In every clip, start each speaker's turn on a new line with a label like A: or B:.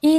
A: 医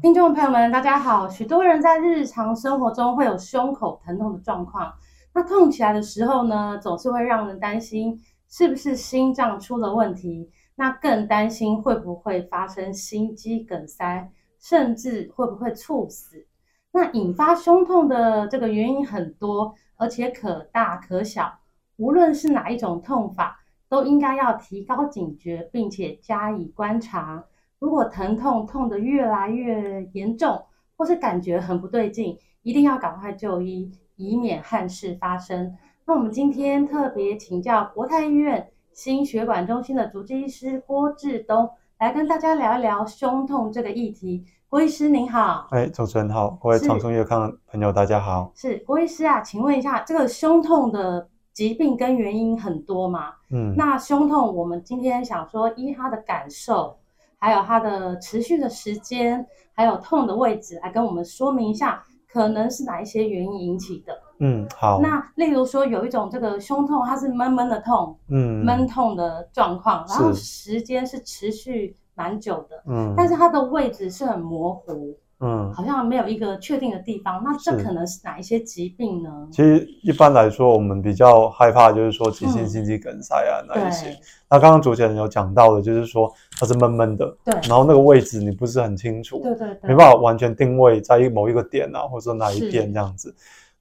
B: 听众朋友们，大家好！许多人在日常生活中会有胸口疼痛的状况，那痛起来的时候呢，总是会让人担心是不是心脏出了问题，那更担心会不会发生心肌梗塞，甚至会不会猝死。那引发胸痛的这个原因很多，而且可大可小，无论是哪一种痛法，都应该要提高警觉，并且加以观察。如果疼痛痛得越来越严重，或是感觉很不对劲，一定要赶快就医，以免憾事发生。那我们今天特别请教国泰医院心血管中心的主治医师郭志东，来跟大家聊一聊胸痛这个议题。郭医师您好，
C: 哎，主持人好，各位
B: 是
C: 长春月刊的朋友大家好。
B: 是郭医师啊，请问一下，这个胸痛的疾病跟原因很多吗？
C: 嗯，
B: 那胸痛，我们今天想说，依他的感受，还有他的持续的时间，还有痛的位置，来跟我们说明一下，可能是哪一些原因引起的。
C: 嗯好，
B: 那例如说，有一种这个胸痛，它是闷闷的痛，
C: 嗯
B: 闷痛的状况，然后
C: 是
B: 时间是持续蛮久的，
C: 嗯，
B: 但是它的位置是很模糊，
C: 嗯，
B: 好像没有一个确定的地方。那这
C: 是
B: 可能是哪一些疾病呢？
C: 其实一般来说，我们比较害怕就是说急性
B: 嗯
C: 心肌梗塞啊、那一些
B: 对。
C: 那刚刚主持人有讲到的，就是说它是闷闷的，
B: 对
C: 然后那个位置你不是很清楚，
B: 对对对，
C: 没办法完全定位在一某一个点啊，或者说哪一
B: 嗯是
C: 边这样子。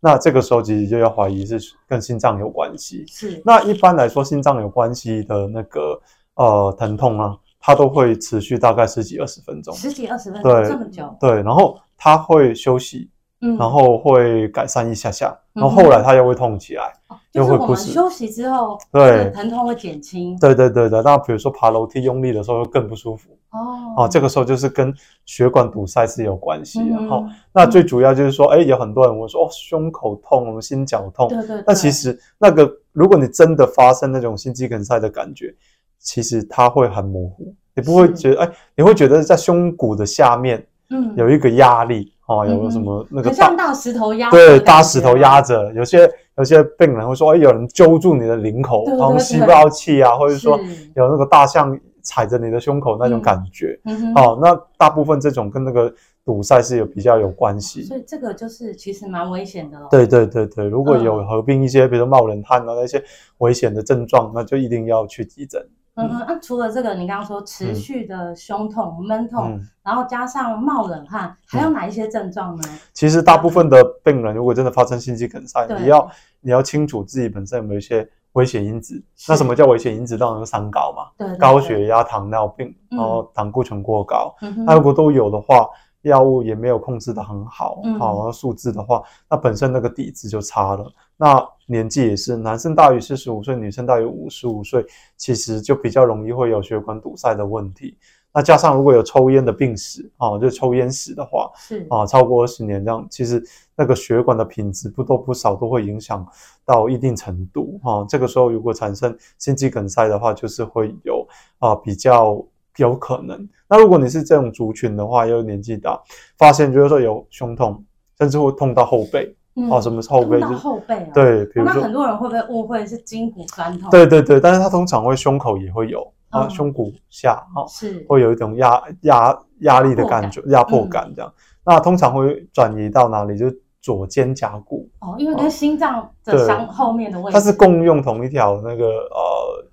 C: 那这个时候其实就要怀疑是跟心脏有关系。
B: 是
C: 那一般来说，心脏有关系的那个呃疼痛啊，它都会持续大概十几二十分钟。
B: 十几二十分钟
C: 对
B: 这么久，
C: 对，然后他会休息，
B: 嗯，
C: 然后会改善一下下，然后
B: 嗯
C: 后
B: 哼
C: 来他又会痛起来。
B: 哦就是
C: 又会
B: 我
C: 不
B: 们
C: 适
B: 休息之后，
C: 对
B: 疼痛会减轻。
C: 对对对的，那比如说爬楼梯用力的时候又更不舒服
B: 哦，
C: 哦，这个时候就是跟血管堵塞是有关系的
B: 嗯
C: 哈。那最主要就是说，哎，有很多人我说哦，胸口痛，我们心绞痛。
B: 对对，
C: 那
B: 对
C: 其实那个，如果你真的发生那种心肌梗塞的感觉，其实它会很模糊，你不会
B: 是
C: 觉得哎，你会觉得在胸骨的下面
B: 嗯
C: 有一个压力哦，
B: 嗯
C: 有
B: 哼
C: 什么那个
B: 很
C: 大
B: 像大石头压着的感
C: 对，
B: 觉
C: 大石头压
B: 吗，
C: 着，有些有些病人会说，哎，有人揪住你的领口，
B: 对对
C: 好像
B: 对
C: 吸不到气啊，或者
B: 是
C: 说有那个大象踩着你的胸口那种
B: 嗯
C: 感觉。
B: 嗯哼，
C: 哦，那大部分这种跟那个堵塞是有比较有关系。
B: 所以这个就是其实蛮危险的咯。
C: 对对对对，如果有
B: 嗯
C: 合并一些，比如说冒冷汗啊那些危险的症状，那就一定要去急诊。
B: 嗯哼，那除了这个，你刚刚说持续的胸痛、闷痛，
C: 嗯，
B: 然后加上冒冷汗，还有哪一些症状呢？
C: 其实大部分的病人如果真的发生心肌梗塞，
B: 对
C: 你要你要清楚自己本身有没有一些危险因子。那
B: 是
C: 什么叫危险因子？当然是三高嘛。
B: 对，对
C: 高，血压、糖尿病，
B: 嗯
C: 然后胆固醇过高。
B: 对嗯哼
C: 那如果都有的话，药物也没有控制的很好，好、
B: 嗯
C: 然后数字的话，那本身那个底子就差了。那年纪也是，男生大于四十五岁，女生大于五十五岁，其实就比较容易会有血管堵塞的问题。那加上如果有抽烟的病史啊、哦就抽烟史的话
B: 是
C: 啊、超过二十年这样，其实那个血管的品质不多不少都会影响到一定程度啊、哦这个时候如果产生心肌梗塞的话，就是会有啊、比较有可能。那如果你是这种族群的话，又年纪大，发现就是说有胸痛，甚至会痛到后背啊、哦什
B: 么
C: 么是后背就
B: 到
C: 是
B: 嗯后背啊？哦，
C: 对，比如
B: 那
C: 说
B: 很多人会不会误会是筋骨酸痛？，
C: 对对对，但是它通常会胸口也会有啊、
B: 哦
C: 胸骨下啊、哦
B: 是
C: 会有一种压压压力的感觉，压迫感这样。那通常会转移到哪里？就是左肩胛骨，
B: 哦，因为跟心脏的
C: 对
B: 相后面的位置，
C: 它是共用同一条那个
B: 嗯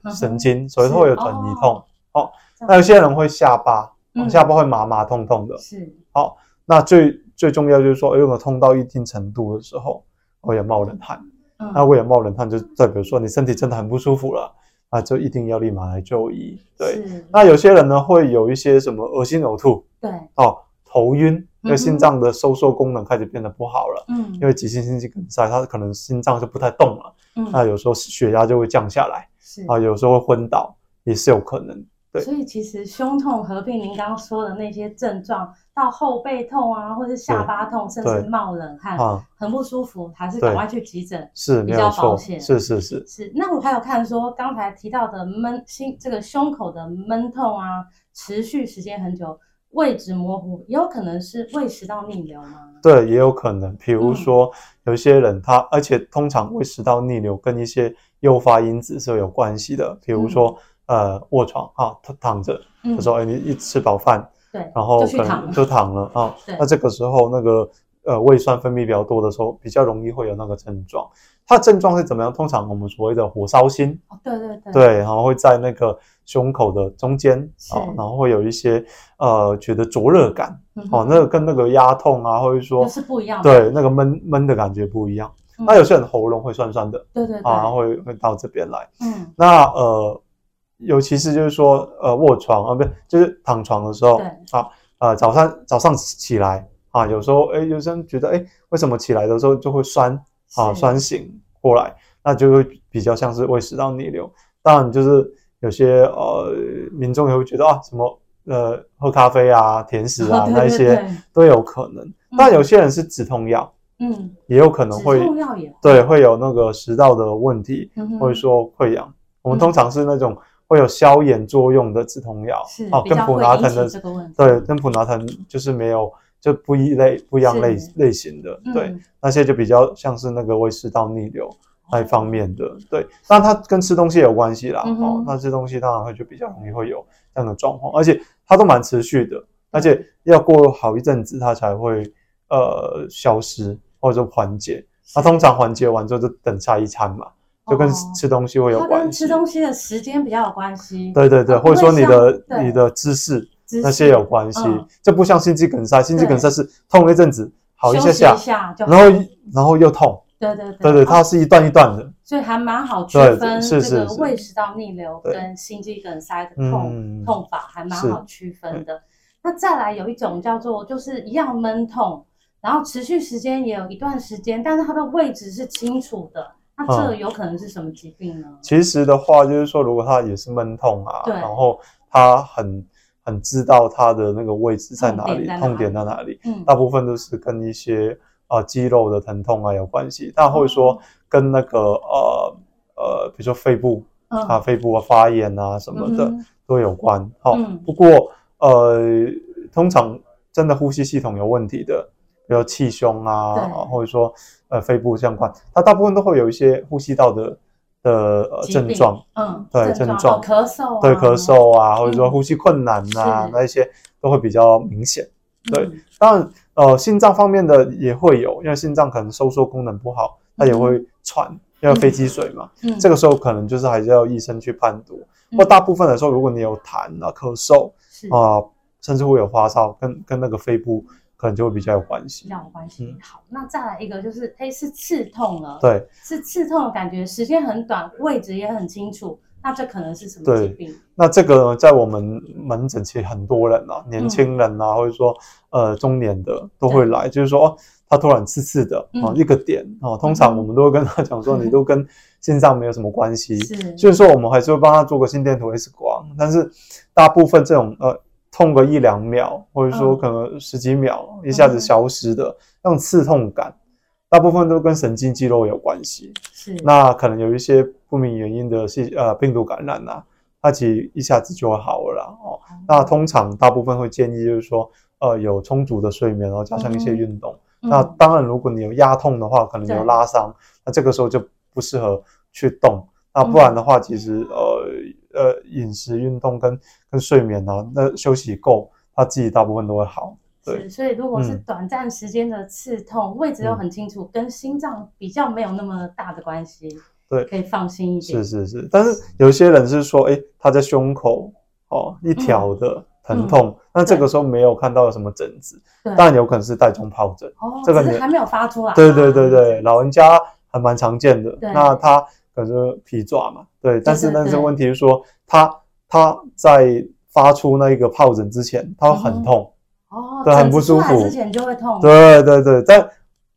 C: 呃
B: 哼
C: 神经，所以
B: 是
C: 会有转移痛。
B: 这样
C: 那有些人会下巴，哦
B: 嗯
C: 下巴会麻麻痛痛的。
B: 是
C: 那最最重要就是说，哎有没有痛到一定程度的时候，会有冒冷汗。
B: 嗯
C: 那会有冒冷汗，就代表说你身体真的很不舒服了，那就一定要立马来就医。对，
B: 是
C: 那有些人呢会有一些什么恶心呕吐
B: 对，
C: 哦，头晕，
B: 嗯
C: 因为
B: 哼
C: 心脏的收缩功能开始变得不好了。
B: 嗯，
C: 因为急性心肌梗塞，它可能心脏就不太动了，
B: 嗯
C: 那有时候血压就会降下来，
B: 是
C: 啊，有时候会昏倒也是有可能。对
B: 所以其实胸痛合并您刚刚说的那些症状，到后背痛啊，或是下巴痛，甚至
C: 对
B: 冒冷汗，
C: 啊，
B: 很不舒服，还是
C: 对
B: 赶快去急诊。
C: 是
B: 嗯比
C: 没
B: 较
C: 有
B: 保
C: 错，
B: 险
C: 是是是，
B: 是，那我还有看说刚才提到的闷心，这个胸口的闷痛啊，持续时间很久，位置模糊，也有可能是胃食道逆流吗？
C: 对，也有可能。比如
B: 嗯
C: 说，有一些人他，而且通常胃食道逆流跟一些诱发因子是有关系的。比如说，呃，卧床啊，他躺着，
B: 嗯
C: 他，说，哎，你一吃饱饭，
B: 对，
C: 然后
B: 就去
C: 可
B: 躺
C: 能就躺了啊
B: 对。
C: 那这个时候，那个呃胃酸分泌比较多的时候，比较容易会有那个症状。它的症状是怎么样？通常我们所谓的火烧心，
B: 哦，对对对，
C: 对，然后会在那个胸口的中间
B: 是
C: 啊，然后会有一些呃觉得灼热感
B: 嗯
C: 哦、
B: 哼
C: 那个跟那个压痛啊，或者说
B: 又是不一样的，
C: 对那个闷闷的感觉不一样。
B: 嗯
C: 那有些人喉咙会酸酸的
B: 对对对，
C: 啊，会会到这边来。
B: 嗯，
C: 那呃，尤其是就是说呃卧床啊，不是就是躺床的时候
B: 对
C: 啊，呃早上早上起来啊，有时候哎有些人觉得哎为什么起来的时候就会酸啊
B: 是
C: 酸醒过来，那就会比较像是胃食道逆流。当然就是有些呃民众也会觉得啊什么呃喝咖啡啊甜食啊
B: 对
C: 那一
B: 哦对嗯
C: 些
B: 对
C: 都有可能，但有些人是止痛药，
B: 嗯，
C: 也有可能
B: 止
C: 会
B: 痛药也
C: 对会有那个食道的问题。
B: 嗯哼
C: 或者说溃疡。我们
B: 嗯
C: 通常是那种会有消炎作用的止痛药
B: 是，
C: 哦，
B: 比
C: 跟
B: 较
C: 普
B: 会
C: 拿
B: 引
C: 疼
B: 起
C: 的
B: 这个问题，
C: 对，跟普拿疼就是没有就不一类不一样类
B: 是
C: 类型的，
B: 嗯哦
C: 对，，那些就比较像是那个胃食道逆流那一方面的，对，那它跟吃东西有关系啦，
B: 嗯
C: 哦
B: 哼，
C: 那吃东西当然会就比较容易会有这样的状况，而且它都蛮持续的，而
B: 嗯
C: 且要过好一阵子它才会呃消失或者缓解，那通常缓解完之后就等下一餐嘛。就跟
B: 哦
C: 吃东西会有
B: 它
C: 关
B: 跟
C: 系
B: 吃。东西的时间比较有关系，
C: 对对对，
B: 啊
C: 或者说你
B: 不会
C: 的
B: 像对
C: 你的姿势
B: 姿势，
C: 那些有关系
B: 嗯，
C: 这不像心肌梗塞，心肌
B: 对
C: 梗塞是痛一阵子好一
B: 休
C: 下
B: 息一，
C: 下
B: 下就好，
C: 然后然后又痛，
B: 对对对
C: 对对，
B: 哦
C: 它是一段一段的，
B: 所以还蛮好区
C: 对
B: 分
C: 是
B: 这个
C: 是是
B: 胃食道逆流
C: 对
B: 跟心肌梗塞的痛
C: 嗯
B: 痛法，还蛮
C: 是
B: 好区分的。那再来有一种叫做就是一样闷痛，然后持续时间也有一段时间，但是它的位置是清楚的，那这
C: 嗯
B: 有可能是什么疾病呢？
C: 其实的话，就是说，如果他也是闷痛啊，
B: 对
C: 然后他很很知道他的那个位置在哪里，
B: 痛
C: 痛
B: 点
C: 点
B: 在
C: 在哪里，
B: 嗯，
C: 大部分都是跟一些呃肌肉的疼痛啊有关系，但或者
B: 哦
C: 说跟那个呃呃，比如说肺部
B: 嗯
C: 啊、肺部啊发炎啊什么的
B: 嗯哼
C: 都有关。好、
B: 嗯
C: 不过呃，通常真的呼吸系统有问题的。比如气胸
B: 对
C: 啊，或者说呃肺部相关，它大部分都会有一些呼吸道的的、呃、
B: 疾
C: 症
B: 病
C: 状，
B: 嗯，
C: 对
B: 症
C: 症状
B: 哦咳嗽啊，
C: 对咳嗽啊，或者说
B: 嗯
C: 呼吸困难啊
B: 是，
C: 那一些都会比较明显。
B: 嗯，
C: 对当然，呃，心脏方面的也会有，因为心脏可能收缩功能不好，它也会喘，因为肺积水嘛。
B: 嗯，
C: 这个时候可能就是还是要医生去判读。或大部分的时候，如果你有痰啊、咳嗽
B: 是
C: 啊、甚至会有发烧，跟跟那个肺部可能就会比较有关系。
B: 药有关系
C: 嗯。
B: 好，那再来一个就是，哎，是刺痛了，
C: 对
B: 是刺痛的感觉，时间很短，位置也很清楚，那这可能是什么疾
C: 对
B: 病？
C: 那这个在我们门诊其实很多人啊，年轻人啊，或者说呃中年的都会来，就是说、哦、他突然刺刺的
B: 嗯
C: 哦、一个点哦，通常我们都会跟他讲说，
B: 嗯
C: 你都跟心脏没有什么关系，
B: 是，
C: 所以说我们还是会帮他做个心电图 X 光，但是大部分这种呃痛个一两秒，或者说
B: 嗯
C: 可能十几秒一下子消失的、那种刺痛感，大部分都跟神经肌肉有关系。
B: 是
C: 那可能有一些不明原因的细呃病毒感染呐、它其实一下子就好了啦哦。
B: 嗯
C: 那通常大部分会建议就是说，呃，有充足的睡眠，然后加上一些运动。那
B: 嗯
C: 当然，如果你有压痛的话，可能
B: 对
C: 有拉伤，那这个时候就不适合去
B: 嗯
C: 动。那不然的话，其实呃呃，饮食、运动跟跟睡眠啊，那休息够，它自己大部分都会好。对
B: 是，所以如果是
C: 嗯
B: 短暂时间的刺痛，位置又
C: 嗯
B: 很清楚，跟心脏比较没有那么大的关系，
C: 对
B: 可以放心一点。
C: 是是是，但是有些人是说，哎，他在胸口哦
B: 嗯
C: 一条的疼痛，那这个时候没有看到有什么疹子，
B: 对，
C: 当然有可能是带状疱疹。
B: 哦，
C: 这个
B: 只是
C: 你
B: 还没有发出 来啊。
C: 对对对对，
B: 老
C: 老人家还蛮常见的。
B: 对
C: 那他可能是皮抓嘛，对，但是
B: 对
C: 但是
B: 对
C: 问题是说，他他在发出那个疱疹之前，他会
B: 嗯哼
C: 很痛，
B: 哦，
C: 对很
B: 疹子出
C: 不舒
B: 来
C: 服
B: 之前就会痛。
C: 对对对，但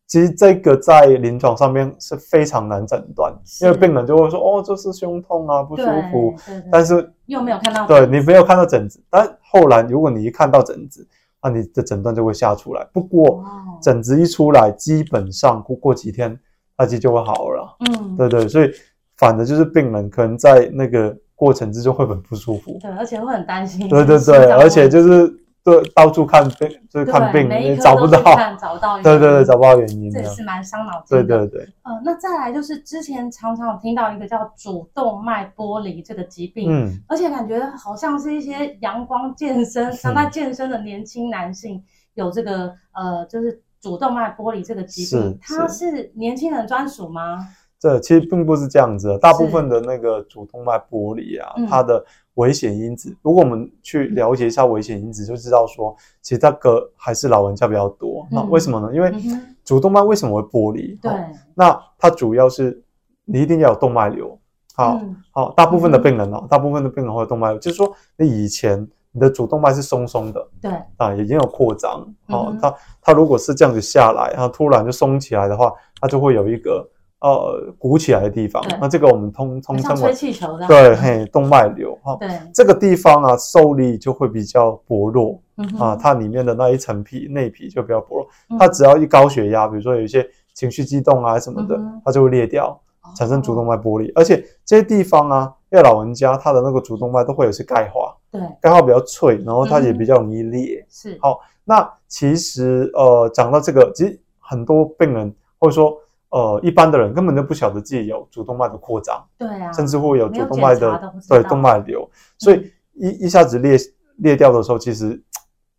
C: 其实这个在临床上面是非常难诊断，
B: 是
C: 因为病人就会说哦，这是胸痛啊，不舒服。
B: 对对对
C: 但是
B: 又没有看到
C: 对你没有看到疹子，但后来如果你一看到疹子，那你的诊断就会下出来。不过
B: 哦
C: 疹子一出来，基本上过过几天，它其实就会好了。
B: 嗯，
C: 对对，所以反的就是病人可能在那个过程之中会很不舒服。
B: 对，而且会很担嗯心。
C: 对对对，而且就是对到处看病，就
B: 对
C: 是看病
B: 每一
C: 你
B: 科
C: 找不
B: 都
C: 到
B: 去，看找不到原因，
C: 对对对，找不到原因
B: 这
C: 的
B: 也，是蛮伤脑筋
C: 对
B: 的。
C: 对对，
B: 呃，那再来就是之前常常有听到一个叫主动脉剥离这个疾病，
C: 嗯，
B: 而且感觉好像是一些阳光健身、常在健身的年轻男性有这个呃，就是主动脉剥离这个疾病，
C: 是
B: 它是年轻人专属吗？
C: 这其实并不是这样子的，大部
B: 是
C: 分的那个主动脉剥离啊
B: 嗯，
C: 它的危险因子，如果我们去了解一下危险因子，就知道说，其实这个还是老人家比较多。那
B: 嗯
C: 为什么呢？因为
B: 嗯哼
C: 主动脉为什么会剥离？
B: 对，
C: 哦那它主要是你一定要有动脉瘤，好，
B: 嗯，
C: 好，大部分的
B: 嗯
C: 病人哦，大部分的病人会有动脉瘤，就是说你以前你的主动脉是松松的
B: 对，
C: 啊，已经有扩张
B: 嗯
C: 哦
B: 哼，
C: 它它如果是这样子下来，它突然就松起来的话，它就会有一个呃鼓起来的地方
B: 对，
C: 那这个我们通通
B: 像
C: 称
B: 吹
C: 为
B: 气球的，
C: 对嘿动脉瘤哈。
B: 对，
C: 这个地方啊，受力就会比较薄弱
B: 嗯哼
C: 啊，它里面的那一层皮内皮就比较薄弱。
B: 嗯
C: 它只要一高血压，比如说有一些情绪激动啊什么的
B: 嗯哼，
C: 它就会裂掉。产生主动脉剥离，而且这些地方啊，因为老人家他的那个主动脉都会有一些钙化，
B: 对
C: 钙化比较脆，然后它也
B: 嗯哼
C: 比较容易裂。
B: 是
C: 好那其实呃，讲到这个，其实很多病人或者说呃一般的人根本就不晓得自己有主动脉的扩张，
B: 对啊，
C: 甚至会有
B: 没
C: 主
B: 有
C: 动脉
B: 检查
C: 的
B: 都不知
C: 对
B: 道嗯
C: 动脉瘤，所以一一下子裂裂掉的时候，其实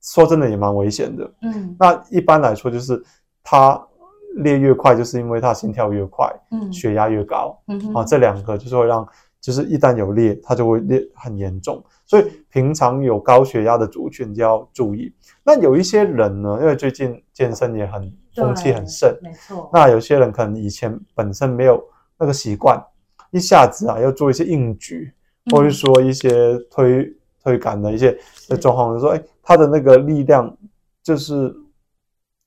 C: 说真的也蛮危险的。
B: 嗯
C: 那一般来说就是它裂越快，就是因为它心跳越快，
B: 嗯
C: 血压越高。
B: 嗯哼
C: 啊，这两个就是会让，就是一旦有裂，它就会裂很严重。所以平常有高血压的族群就要注意。那有一些人呢，因为最近健身也很风气
B: 对
C: 很盛，
B: 没错，
C: 那有些人可能以前本身没有那个习惯，一下子啊要做一些硬举，或者
B: 嗯
C: 说一些推推杆的一些的
B: 是
C: 状况，就说哎，他的那个力量就是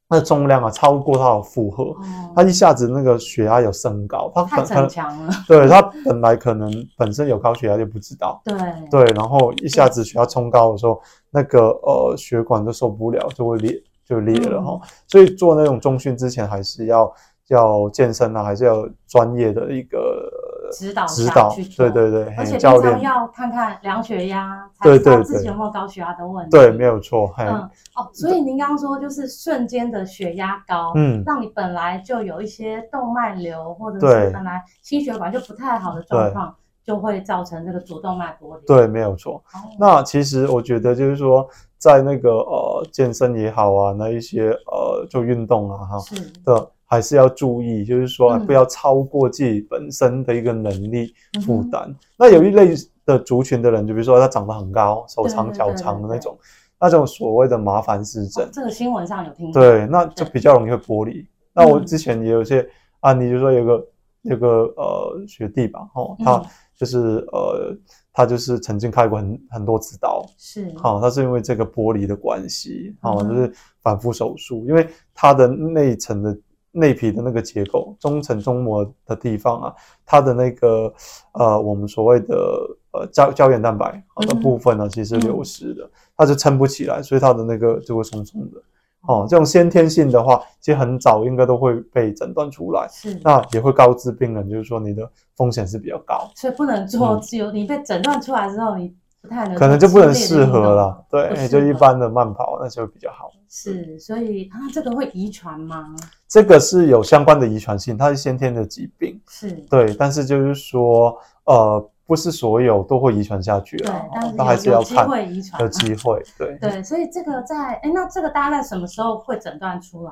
C: 那重量啊超过他的负荷。
B: 哦
C: 他一下子那个血压有升高，他
B: 太
C: 可可
B: 逞
C: 能
B: 强了，
C: 对他本来可能本身有高血压就不知道，
B: 对
C: 对，然后一下子血压冲高的时候，那个呃血管就受不了，就会裂就裂了
B: 嗯
C: 哈、所以做那种重训之前，还是要要健身啊，还是要有专业的一个
B: 指导
C: 指
B: 下
C: 导
B: 去，做
C: 对对对，
B: 而且
C: 嘿
B: 平
C: 教
B: 常
C: 练，
B: 要看看量血压，才
C: 对
B: 知道
C: 对
B: 自己
C: 对
B: 有没有高血压的问题。
C: 对，哎没有错，嘿，
B: 嗯，哦，所以您刚刚说就是瞬间的血压高，
C: 嗯
B: 让你本来就有一些动脉瘤，或者是
C: 对
B: 本来心血管就不太好的状况，就会造成这个主动脉剥离。
C: 对，没有错。
B: 哦，
C: 那其实我觉得就是说，在那个呃健身也好啊，那一些呃做运动啊哈，
B: 是，
C: 的，还是要注意，就是说哎
B: 嗯
C: 不要超过自己本身的一个能力
B: 嗯哼
C: 负担。那有一类的族群的人，就比如说他长得很高，手
B: 对
C: 长
B: 对
C: 脚
B: 对
C: 长的
B: 对对
C: 那种，那种所谓的麻烦湿
B: 哦
C: 症，
B: 这个新闻上有听过，
C: 对，那就
B: 对
C: 比较容易会剥离。那我
B: 嗯
C: 之前也有一些案例，就说有个有个呃学弟吧，哦，他
B: 嗯
C: 就是呃他就是曾经开过很很多次刀，
B: 是，
C: 好、它是因为这个剥离的关系，
B: 嗯
C: 好、
B: 哼
C: 就是反复手术，因为它的内层的内皮的那个结构，中层中膜的地方啊，它的那个呃，我们所谓的呃胶胶原蛋白好的
B: 嗯哼
C: 部分呢、其实
B: 嗯
C: 流失的，它就撑不起来，所以它的那个就会松松的。哦，这种先天性的话，其实很早应该都会被诊断出来，
B: 是，
C: 那也会告知病人，就是说你的风险是比较高，
B: 所以不能做自由，你被诊断出来之后，你不太能，
C: 嗯可能就不能适合了。
B: 不
C: 对，
B: 适
C: 就一
B: 合
C: 般的慢跑那就比较好。
B: 是，所以啊，这个会遗传吗？
C: 这个是有相关的遗传性，它是先天的疾病，
B: 是，
C: 对，但是就是说，呃，不是所有都会遗传下去
B: 对
C: 啊，，
B: 但是
C: 那还是
B: 有
C: 要
B: 有机
C: 看
B: 会遗传
C: 有
B: 嘛，
C: 机会，对，
B: 对，所以这个在哎，那这个大概在什么时候会诊断出来？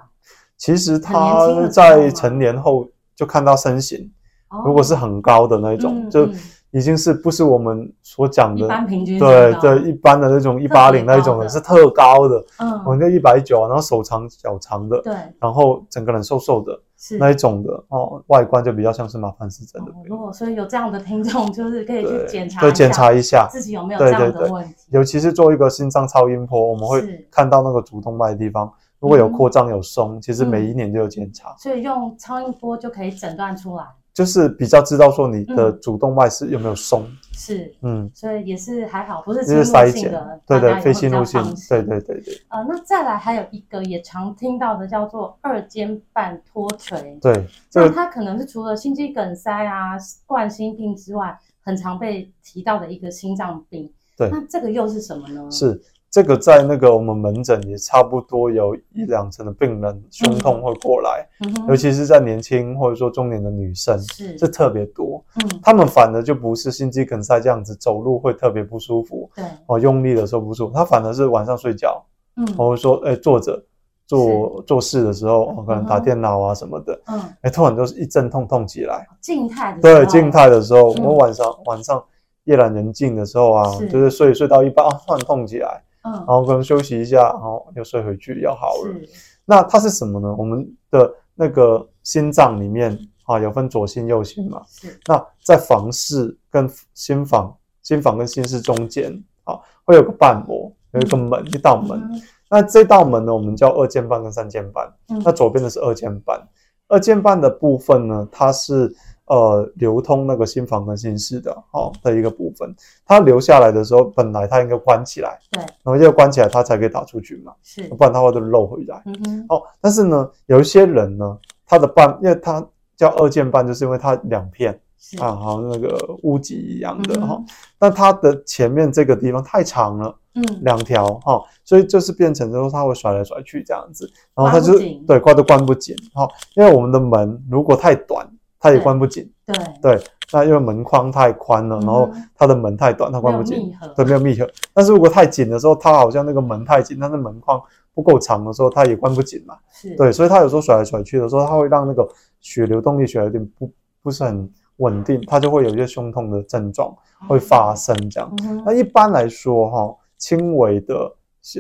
C: 其实
B: 很年轻
C: 它
B: 的时候
C: 在
B: 吗
C: 成年后就看到身形，
B: 哦
C: 如果是很高的那一种，
B: 嗯
C: 就
B: 嗯
C: 已经是不是我们所讲
B: 一
C: 的
B: 般平均身
C: 对
B: 高
C: 对一般的那种一八零那一种
B: 高的
C: 的，是特高的，我
B: 嗯，
C: 那一百九啊，然后手长脚长的，
B: 对，
C: 然后整个人瘦瘦的
B: 是。
C: 那一种的哦，外观就比较像是马凡氏症的
B: 哦
C: 病。
B: 如果所以有这样的听众，就是可以去
C: 对，
B: 检查
C: 对，
B: 一下
C: 检查一下，
B: 自己有没有这
C: 对
B: 样
C: 对
B: 的
C: 对
B: 问题。
C: 尤其是做一个心脏超音波，我们
B: 是
C: 会看到那个主动脉的地方，如果有
B: 嗯
C: 扩张有松，其实
B: 嗯
C: 每一年就有检查，
B: 所以用超音波就可以诊断出来，
C: 就是比较知道说你的
B: 嗯
C: 主动脉是有没有松，
B: 是，
C: 嗯，
B: 所以也是还好，不是侵
C: 这
B: 入
C: 是筛
B: 性
C: 检
B: 的，，
C: 对
B: 大家
C: 对，
B: 也
C: 非
B: 会比
C: 侵
B: 较
C: 入性
B: 放心，
C: 对对对对
B: 呃，那再来还有一个也常听到的叫做二尖瓣脱垂，
C: 对，这
B: 那
C: 个
B: 它可能是除了心肌梗塞啊、冠心病之外，很常被提到的一个心脏病。
C: 对
B: 那这个又是什么呢？
C: 是这个在那个我们门诊也差不多有一两成的病人胸痛会过来，
B: 嗯哼，
C: 尤其是在年轻或者说中年的女生，
B: 是
C: 这特别多，
B: 嗯，
C: 她们反而就不是心肌梗塞这样子，走路会特别不舒服。
B: 对，
C: 哦，用力的时候不舒服，她反而是晚上睡觉，
B: 嗯
C: 或者说，哎，坐着做做事的时候，哦可能
B: 嗯
C: 打
B: 哼
C: 电脑啊什么的，
B: 嗯，
C: 哎，突然就是一阵痛痛起来。
B: 静态的
C: 对，
B: 时候
C: 静，态的时候，我
B: 嗯
C: 们晚上晚上夜阑人静的时候啊，
B: 是
C: 就是睡睡到一半，啊突然痛起来，
B: 嗯
C: 然，后可能休息一下，然后又睡回去，要好了。
B: 是，
C: 那它是什么呢？我们的那个心脏里面啊，有分左心右心嘛。
B: 是，
C: 那在房室跟心房、心房跟心室中间啊，会有个瓣膜，有一个门，一道门。
B: 嗯
C: 那这道门呢，我们叫二尖瓣跟三尖瓣。
B: 嗯
C: 那左边的是二尖瓣，二尖瓣的部分呢，它是呃流通那个心房跟心室的哦的一个部分。它流下来的时候，本来它应该关起来，
B: 对，
C: 然后要关起来它才可以打出去嘛，
B: 是，
C: 不然它会就漏回来。
B: 嗯哼，
C: 哦，但是呢，有一些人呢，他的瓣，因为他叫二尖瓣，就是因为它两片
B: 是
C: 啊，，好像那个屋脊一样的
B: 嗯
C: 哈、
B: 哼
C: 那它的前面这个地方太长了。
B: 嗯，
C: 两条哈、哦所以就是变成说它会甩来甩去这样子，然后它
B: 关不
C: 就
B: 紧
C: 对关都关不紧哈、哦因为我们的门如果太短，它也
B: 对
C: 关不紧，
B: 对，
C: 对，那因为门框太宽了，然后
B: 嗯哼
C: 它的门太短，它关不
B: 没有
C: 紧，
B: 密合，
C: 对，没有密合。但是如果太紧的时候，它好像那个门太紧，但是门框不够长的时候，它也关不紧嘛，
B: 是，
C: 对，所以它有时候甩来甩去的时候，它会让那个血流动力学有点不不是很稳定，它就会有一些胸痛的症状会发哎生这样。
B: 嗯哼，
C: 那一般来说，哈，轻微的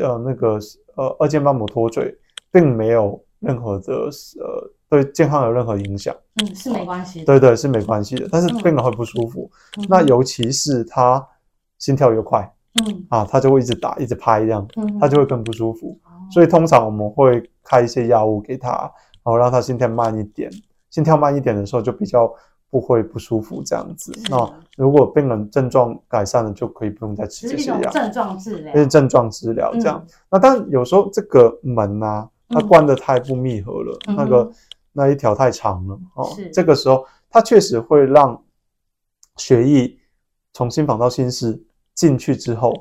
C: 呃那个呃二尖瓣膜脱垂，并没有任何的呃对健康有任何影响，
B: 嗯，是没关系的，
C: 对对是没关系的，但是
B: 嗯
C: 病人会不舒服，
B: 嗯哼
C: 那，尤其是他心跳越快
B: 嗯
C: 啊，他就会一直打一直拍这样，
B: 嗯，
C: 他就会更不舒服，
B: 哦，
C: 所以通常我们会开一些药物给他，然后让他心跳慢一点，心跳慢一点的时候就比较。不会不舒服这样子。
B: 是
C: 那如果病人症状改善了，就可以不用再吃
B: 只
C: 这
B: 是一
C: 些
B: 种
C: 药。
B: 症状治疗
C: 因，为症状治疗这样。那但有时候这个门啊，它
B: 嗯
C: 关的太不密合了，
B: 嗯哼
C: 那个那一条太长了哦
B: 是。
C: 这个时候，它确实会让血液从心房到心室进去之后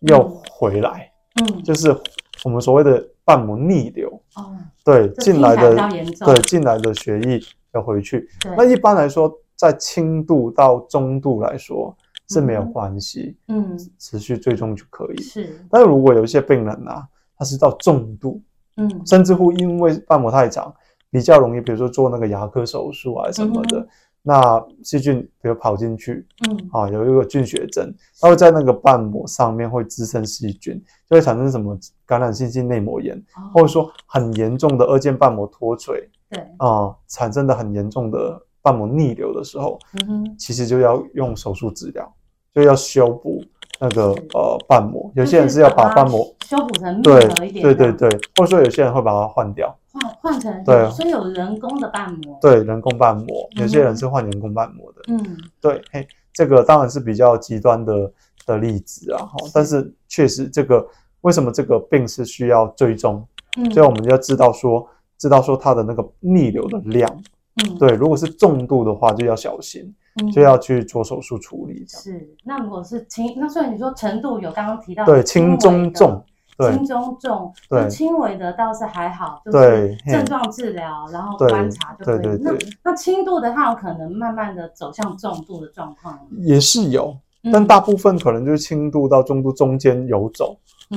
C: 又回来，
B: 嗯，嗯，
C: 就是我们所谓的瓣膜逆流。
B: 哦，
C: 对，
B: 这
C: 进来
B: 听起
C: 的
B: 来比较严重
C: 对进来的血液要回去。
B: 对，
C: 那一般来说，在轻度到中度来说是没有
B: 嗯哼
C: 关系，
B: 嗯，
C: 持续追踪就可以。
B: 是，
C: 但如果有一些病人啊，他是到重度，
B: 嗯，
C: 甚至乎因为瓣膜太长，比较容易，比如说做那个牙科手术啊什么的，
B: 嗯
C: 那细菌比如跑进去
B: 嗯，
C: 啊，有一个菌血症，它会在那个瓣膜上面会滋生细菌，就会产生什么感染性性内膜炎，
B: 哦
C: 或者说很严重的二尖瓣膜脱垂
B: 对，
C: 啊，产生的很严重的瓣膜逆流的时候，
B: 嗯哼，
C: 其实就要用手术治疗，就要修补那个
B: 是
C: 呃瓣膜，有些人
B: 就是
C: 要
B: 把
C: 把
B: 它
C: 瓣膜。
B: 修补成密
C: 对
B: 合一点，
C: 对对，对，或者说有些人会把它换掉，
B: 换换成
C: 对啊
B: 所以有人工的瓣膜，，
C: 对，人工瓣膜，有些
B: 嗯
C: 人
B: 哼
C: 是换人工瓣膜的，
B: 嗯，
C: 对，嘿，这个当然是比较极端的的例子啊，吼但是确实这个为什么这个病是需要追踪，
B: 嗯，
C: 所以我们要知道说，知道说它的那个逆流的量，
B: 嗯，
C: 对，如果是重度的话就要小心，
B: 嗯，
C: 就要去做手术处理，这样
B: 是，那如果是轻，那所以你说程度有刚刚提到
C: 对，
B: 轻
C: 轻中重，，对
B: 轻中重，
C: 对
B: 那轻微的倒是还好，就是
C: 对
B: 症状治疗，然后
C: 对
B: 观察就可
C: 对
B: 以。
C: 对
B: 那
C: 对，
B: 那轻度的它有可能慢慢的走向重度的状况了，
C: 也是有，
B: 嗯
C: 但大部分可能就是轻度到中度中间游走。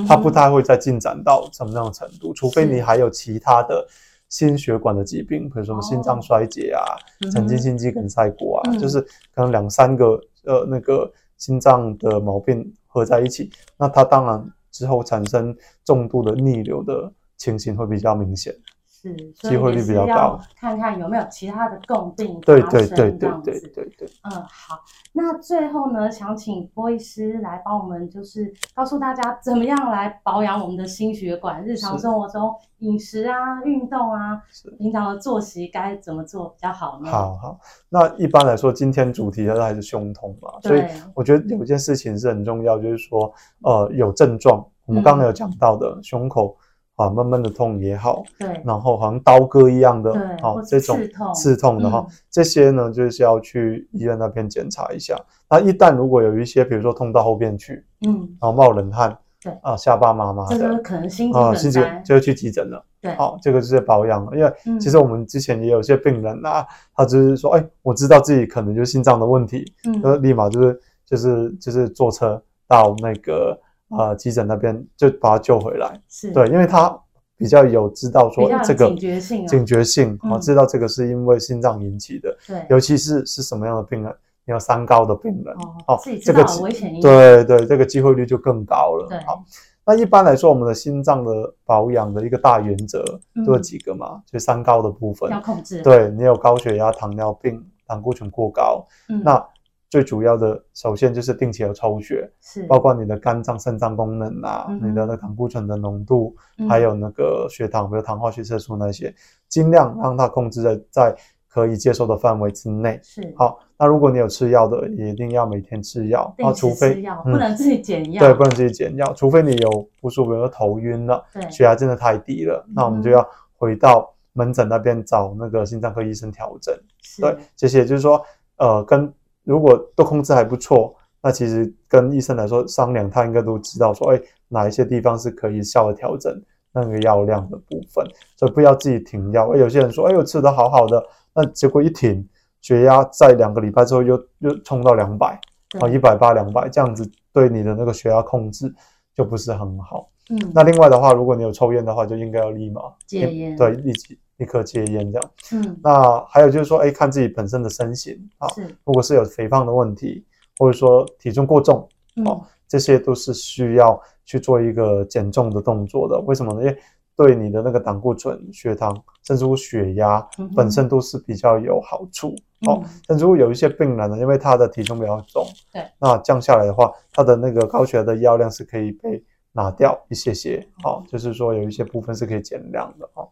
C: 它不，太会再进展到什么样的程度，除非
B: 嗯是
C: 你还有其他的心血管的疾病，比如什么心脏衰竭啊、
B: 哦嗯哼
C: 曾经心肌梗塞过啊，
B: 嗯
C: 就是可能两三个呃那个心脏的毛病合在一起，那它当然之后产生重度的逆流的情形会比较明显。
B: 是，
C: 机会率比较高，
B: 看看有没有其他的共病
C: 对
B: 发
C: 对
B: 生
C: 对
B: 这
C: 对
B: 样
C: 对
B: 子
C: 对对。
B: 嗯，好，那最后呢，想请郭医师来帮我们，就是告诉大家怎么样来保养我们的心血管，日常
C: 是
B: 生活中饮食啊、运动啊
C: 是、
B: 平常的作息该怎么做比较好呢？，
C: 好好，那一般来说，今天主题它还是胸痛嘛，所以
B: 对
C: 我觉得有一件事情是很重要，就是说，呃，有症状，我们刚
B: 嗯
C: 刚有讲到的，胸口啊闷闷的痛也好，
B: 对，
C: 然后好像刀割一样的
B: 对，
C: 哦
B: 或，是
C: 这种
B: 刺痛
C: 刺痛的哈
B: 嗯，
C: 这些呢就是要去医院那边检查一下。那一旦如果有一些，比如说痛到后边去，
B: 嗯，
C: 然后冒冷汗，
B: 对
C: 啊，下巴麻麻
B: 这个
C: 的
B: 可能心肌
C: 啊，
B: 梗
C: 甚
B: 塞，
C: 至就去急诊了。
B: 对，
C: 好、这个就是保养了，因为
B: 嗯
C: 其实我们之前也有些病人啊，他就是说，哎，我知道自己可能就是心脏的问题，
B: 嗯，
C: 那立马就是就是就是坐车到那个呃急诊那边就把他救回来。
B: 是，
C: 对，因为他比较有知道
B: 比
C: 说
B: 较有
C: 这个
B: 警觉性啊，
C: 警觉性啊，
B: 嗯
C: 知道这个是因为心脏引起的，
B: 对，
C: 尤其是是什么样的病人，你有三高的病人，
B: 哦，自己知
C: 这个
B: 道
C: 机
B: 危险因素，
C: 对对，这个机会率就更高了。
B: 对
C: 好，那一般来说，我们的心脏的保养的一个大原则
B: 嗯
C: 就有几个嘛，就三高的部分。
B: 要控制，，
C: 对你有高血压、糖尿病、胆固醇过高，
B: 嗯，
C: 那最主要的首先就是定期有抽血，
B: 是，
C: 包括你的肝脏、肾脏功能啊，
B: 嗯哼
C: 你的那胆固醇的浓度，
B: 嗯
C: 还有那个血糖，比如糖化血色素那些，尽量让它控制在在可以接受的范围之内。
B: 是，
C: 好，那如果你有吃药的，也一定要每天吃药，啊，
B: 定
C: 除
B: 期
C: 非
B: 吃药，
C: 嗯
B: 不能自己减药，
C: 对，不能自己减药，除非你有不舒服，比如说头晕了，
B: 对，
C: 血压真的太低了，那我们就
B: 嗯
C: 要回到门诊那边找那个心脏科医生调整。
B: 是
C: 对，这些就是说，呃，跟如果都控制还不错，那其实跟医生来说商量，他应该都知道说，哎，哪一些地方是可以稍微调整那个药量的部分，所以不要自己停药。哎，有些人说，哎，我吃的好好的，那结果一停，血压在两个礼拜之后又又冲到两百，
B: 对
C: 啊，一百八、两百这样子，对你的那个血压控制就不是很好。
B: 嗯，
C: 那另外的话，如果你有抽烟的话，就应该要立马
B: 戒烟
C: 对，立即立刻戒烟这样。
B: 嗯
C: 那还有就是说，哎，看自己本身的身形啊，
B: 是，
C: 如果是有肥胖的问题，或者说体重过重，
B: 嗯
C: 好这些都是需要去做一个减重的动作的。为什么呢？因为对你的那个胆固醇、血糖，甚至乎血压
B: 嗯哼
C: 本身都是比较有好处。哦，
B: 嗯
C: 甚至乎有一些病人呢，因为他的体重比较重，
B: 对，
C: 那降下来的话，他的那个高血压的药量是可以被拿掉一些些，哦，就是说有一些部分是可以减量的哦。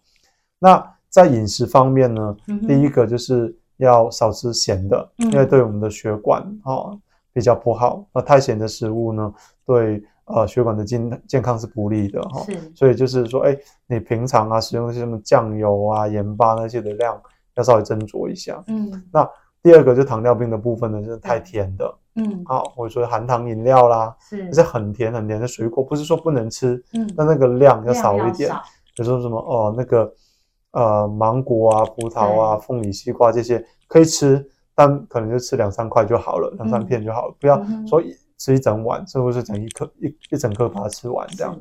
C: 那在饮食方面呢，
B: 嗯哼
C: 第一个就是要少吃咸的，
B: 嗯
C: 因为对我们的血管哦比较不好。那太咸的食物呢，对呃血管的健健康是不利的哈、哦。
B: 是，
C: 所以就是说，哎，你平常啊使用那些什么酱油啊、盐巴那些的量，要稍微斟酌一下。
B: 嗯
C: 第二个就是糖尿病的部分呢，就是太甜的
B: 嗯
C: 啊，或者说含糖饮料啦，
B: 是
C: 就是很甜很甜的水果，不是说不能吃，
B: 嗯
C: 但那个量要
B: 量
C: 少一点。比如说什么哦，那个呃芒果啊、葡萄啊、凤梨、西瓜这些可以吃，但可能就吃两三块就好了，两三片就好了，不要
B: 嗯哼
C: 说一吃一整碗，甚至是整一颗一一整颗把它吃完这样。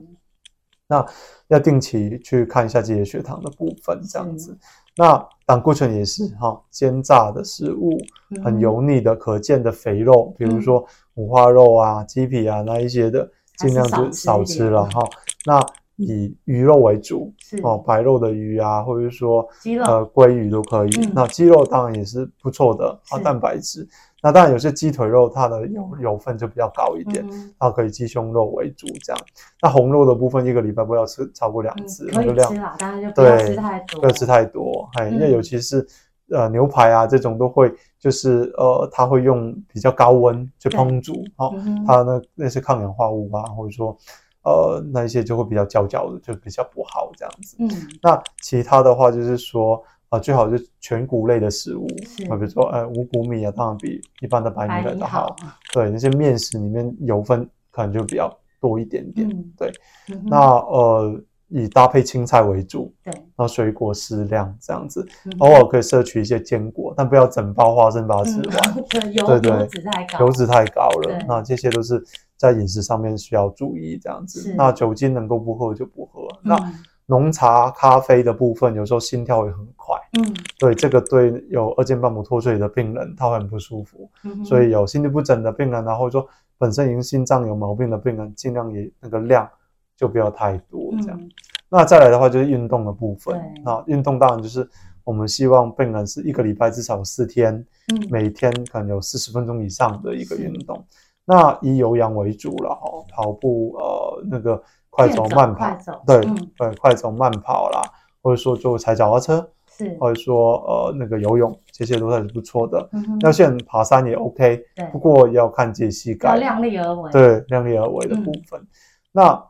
C: 要定期去看一下自己的血糖的部分，这样子。那胆固醇也是哈、煎炸的食物、
B: 是
C: 很油腻的、可见的肥肉，比
B: 嗯
C: 如说五花肉啊、鸡皮啊那一些的，
B: 还
C: 尽
B: 是
C: 量
B: 少
C: 就少
B: 吃一
C: 吃
B: 点
C: 了哈、那以鱼肉为主，
B: 是
C: 哦，白肉的鱼啊，或者是说
B: 鸡肉
C: 呃鲑鱼都可以。
B: 嗯
C: 那鸡肉当然也是不错的啊，
B: 是
C: 蛋白质。那当然有些鸡腿肉它的油油分就比较高一
B: 一
C: 点，它可以鸡胸肉为主这样。那红肉的部分一个礼拜不要吃超过两次，
B: 嗯可
C: 那个
B: 以
C: 量
B: 吃啦，但是就不要
C: 对
B: 吃太多，
C: 不要吃太多，哎，因
B: 嗯
C: 为尤其是呃牛排啊这种都会就是呃它会用比较高温去
B: 对
C: 烹煮哦，
B: 嗯哼
C: 它那那些抗氧化物啊，或者说呃那一些就会比较焦焦的，就比较不好这样子。
B: 嗯
C: 那其他的话就是说，啊，最好是全谷类的食物
B: 是，
C: 啊，比如说，呃，五谷米啊，当然比一般的白米
B: 白
C: 来
B: 米
C: 的
B: 好
C: 好。，对，那些面食里面油分可能就比较多一点点。
B: 嗯
C: 对，
B: 嗯哼
C: 那呃，以搭配青菜为主，
B: 对，
C: 然后水果适量这样子，
B: 嗯
C: 偶尔可以摄取一些坚果，但不要整包花生把它吃完，
B: 嗯对油
C: 对对
B: 油脂太高，
C: 油脂太高
B: 对
C: 了。那这些都是在饮食上面需要注意这样
B: 是
C: 子。那酒精能够不喝就不喝。那
B: 嗯
C: 浓茶、咖啡的部分，有时候心跳会很快，
B: 嗯
C: 对这个对有二尖瓣膜脱垂的病人，他会很不舒服。
B: 嗯哼，
C: 所以有心律不整的病人啊，或者说本身已经心脏有毛病的病人，尽量也那个量就不要太多这样。
B: 嗯
C: 那再来的话就是运动的部分
A: 对，
C: 那运动当然就是我们希望病人是一个礼拜至少有四天，
B: 嗯
C: 每天可能有四十分钟以上的一个
B: 是
C: 运动。那以有氧为主了哦，跑步呃那个快走慢跑，
B: 快走
C: 对、
B: 嗯
C: 对，快走慢跑啦，或者说就踩脚踏车，
B: 是，
C: 或者说呃那个游泳，这些都还是不错的。
B: 嗯哼
C: 要线爬山也 OK，
B: 对
C: 不过要看自己膝
B: 要
C: 盖，
B: 量力而为，
C: 对量力而为的部分。
B: 嗯
C: 那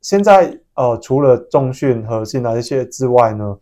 C: 现在呃，除了重训、核心啊这些之外呢，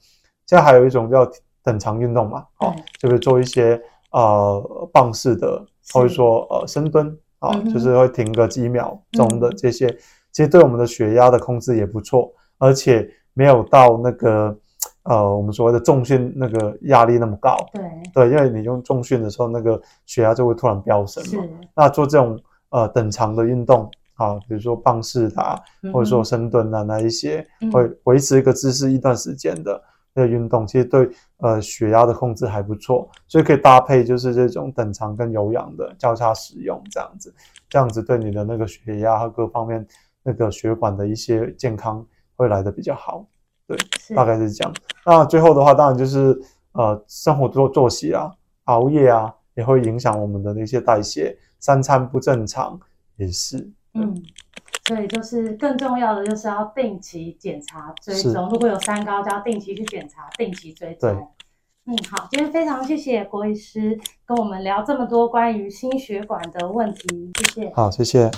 C: 现在还有一种叫等长运动嘛，哦，
B: 对
C: 就是做一些呃棒式的，
B: 是
C: 或者说呃深蹲啊，
B: 嗯哼
C: 就是会停个几秒钟的
B: 嗯
C: 这些，其实对我们的血压的控制也不错，而且没有到那个呃我们所谓的重训那个压力那么高。
B: 对
C: 对，因为你用重训的时候，那个血压就会突然飙升嘛。
B: 是，
C: 那做这种呃等长的运动啊，比如说棒式的、啊，或者说深蹲啊那一些，
B: 嗯
C: 会维持一个姿势一段时间的那个运动，其实对呃血压的控制还不错，所以可以搭配就是这种等长跟有氧的交叉使用，这样子，这样子对你的那个血压和各方面那个血管的一些健康会来的比较好。
B: 是
C: 大概是这样。那最后的话，当然就是呃，生活作作息啊，熬夜啊，也会影响我们的那些代谢，三餐不正常也是。
B: 嗯，所以就是更重要的就是要定期检查追
C: 是
B: 踪，如果有三高就要定期去检查，定期追
C: 对
B: 踪。嗯，好，今天非常谢谢郭医师跟我们聊这么多关于心血管的问题，谢谢。
C: 好，谢谢。